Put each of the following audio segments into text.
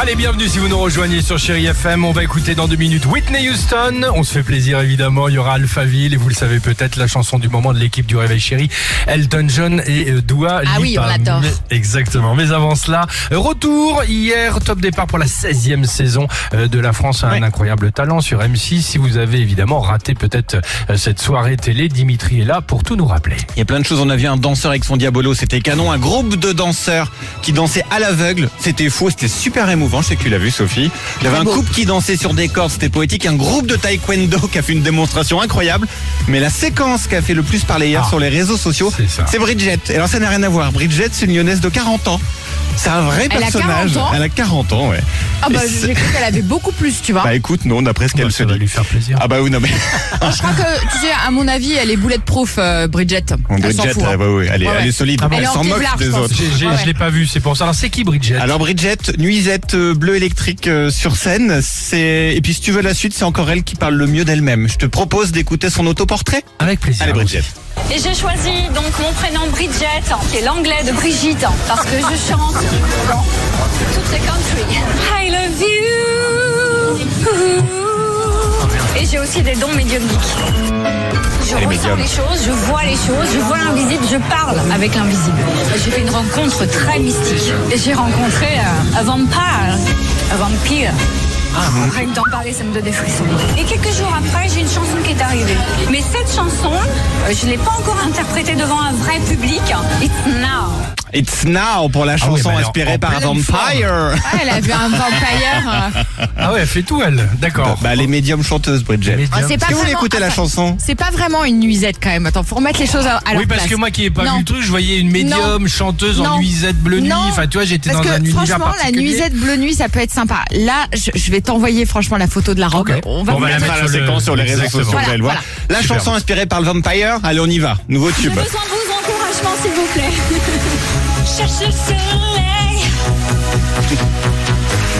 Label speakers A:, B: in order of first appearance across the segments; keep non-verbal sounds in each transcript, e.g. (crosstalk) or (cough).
A: Allez, bienvenue si vous nous rejoignez sur Chéri FM. On va écouter dans deux minutes Whitney Houston. On se fait plaisir évidemment. Il y aura Alphaville et vous le savez peut-être, la chanson du moment de l'équipe du Réveil Chéri, Elton John et euh, Dua Lipa.
B: Ah oui, on l'adore.
A: Mais- Exactement. Mais avant cela, euh, retour hier, top départ pour la 16e saison euh, de La France a un incroyable talent sur M6. Si vous avez évidemment raté peut-être euh, cette soirée télé, Dimitri est là pour tout nous rappeler.
C: Il y a plein de choses. On a vu un danseur avec son diabolo, c'était canon. Un groupe de danseurs qui dansaient à l'aveugle, c'était fou, c'était super émouvant. Je sais que tu l'as vu, Sophie. Il y avait un couple qui dansait sur des cordes, c'était poétique. Un groupe de taekwondo qui a fait une démonstration incroyable. Mais la séquence qui a fait le plus parler hier
A: Ah,
C: sur les réseaux sociaux,
A: c'est ça.
C: c'est Bridget. Et alors ça n'a rien à voir. Bridget, c'est une lyonnaise de 40 ans. C'est un vrai
B: Elle a
C: personnage.
B: 40 ans
C: Elle a 40 ans, ouais.
B: Ah bah
C: Et c'est-
B: j'ai cru qu'elle avait beaucoup plus, tu vois.
C: Bah écoute, non, d'après ce qu'elle
A: Bah,
C: se
A: ça va
C: dit.
A: lui faire plaisir.
C: Ah bah oui, non mais.
B: Je crois que, tu sais, à mon avis, elle est bulletproof, euh, Bridget. elle s'en
C: Bridget,
B: fout. hein.
C: elle- ouais, ouais, elle est,
B: Ouais,
C: elle
B: ouais.
C: est solide.
A: Ah bon
C: elle
B: Elle est en
C: s'en moque
B: Kevlar, je
C: des
B: pense.
C: autres.
A: J'ai- j'ai-
B: Ouais, ouais.
A: Je l'ai pas vu, c'est pour ça. Alors c'est qui Bridget
C: Alors Bridget, nuisette euh, bleue électrique euh, sur scène, c'est et puis si tu veux la suite, c'est encore elle qui parle le mieux d'elle-même. Je te propose d'écouter son autoportrait. Ah
A: Avec plaisir.
C: Allez Bridget.
D: Et j'ai choisi donc mon prénom Bridget, qui est l'anglais de Brigitte, parce que je chante dans toutes les countries. I love you. Et j'ai aussi des dons médiumniques. Je
C: Elle est
D: ressens
C: médium.
D: les choses, je vois les choses, je vois l'invisible, je parle avec l'invisible. J'ai fait une rencontre très mystique. Et j'ai rencontré euh, un vampire. Un vampire.
C: Ah,
D: Rien que d'en parler, ça me donne des frissons. Et quelques jours après, j'ai une chanson qui est arrivée. Mais cette chanson, euh, je ne l'ai pas encore interprétée devant un vrai public. It's now.
C: It's now pour la
A: ouais,
C: chanson
A: bah alors, en
C: inspirée par
A: pleine
C: Vampire.
B: Ah, elle a vu un vampire. euh,
A: Ah ouais, elle fait tout elle. D'accord. Oh,
C: Bah les médiums chanteuses Bridget.
A: Médium.
B: ah, c'est
C: Est-ce
B: pas
C: que vous voulez
B: vraiment-
C: écouter la
B: attends,
C: chanson
B: C'est pas vraiment une nuisette quand même. Attends, faut remettre les choses à, à leur
A: Oui, parce
B: place.
A: que moi qui ai pas
B: Non.
A: vu le truc, je voyais une médium, chanteuse en
B: Non.
A: nuisette bleu nuit.
B: Non.
A: Enfin, tu vois, j'étais
B: Parce
A: dans
B: que
A: un univers
B: franchement, la
A: particulier.
B: nuisette bleu nuit, ça peut être sympa. Là, je, je vais t'envoyer franchement la photo de la robe.
A: Ok.
B: On va
A: Bon,
B: vous
A: bah,
B: la
A: la
B: mettre.
A: mettre sur le- Exactement.
C: vous allez
B: Voilà,
C: le voir.
B: voilà.
C: La
A: Super.
C: chanson inspirée par le Vampire. Allez, on y va. Nouveau
D: J'ai
C: tube.
D: besoin de vos encouragements, s'il vous plaît. Cherche le soleil.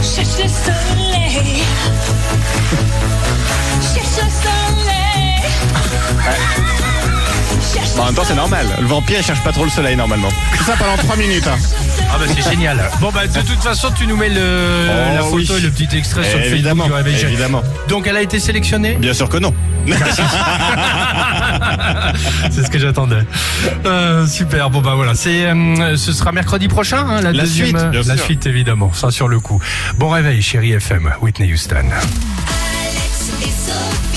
D: Cherche le soleil. Cherche le soleil. Cherche
C: Bon, en même temps, c'est
D: le
C: normal. Le vampire il cherche pas trop le soleil normalement. Tout ça pendant 3 minutes. hein.
A: Ah bah c'est génial. Bon bah de toute façon, tu nous mets le,
C: Oh,
A: la photo
C: oui.
A: et le petit extrait sur le
C: Évidemment,
A: Facebook du Réveil Chéri.
C: évidemment.
A: Donc elle a été
C: (laughs)
A: sélectionnée
C: Bien sûr que non.
A: C'est ce que j'attendais. Euh, super. Bon bah voilà, c'est euh, ce sera mercredi prochain hein, la,
C: La
A: deuxième
C: suite, bien
A: la
C: sûr.
A: suite évidemment, ça sur le coup. Bon réveil chérie FM, Whitney Houston.
D: soleil.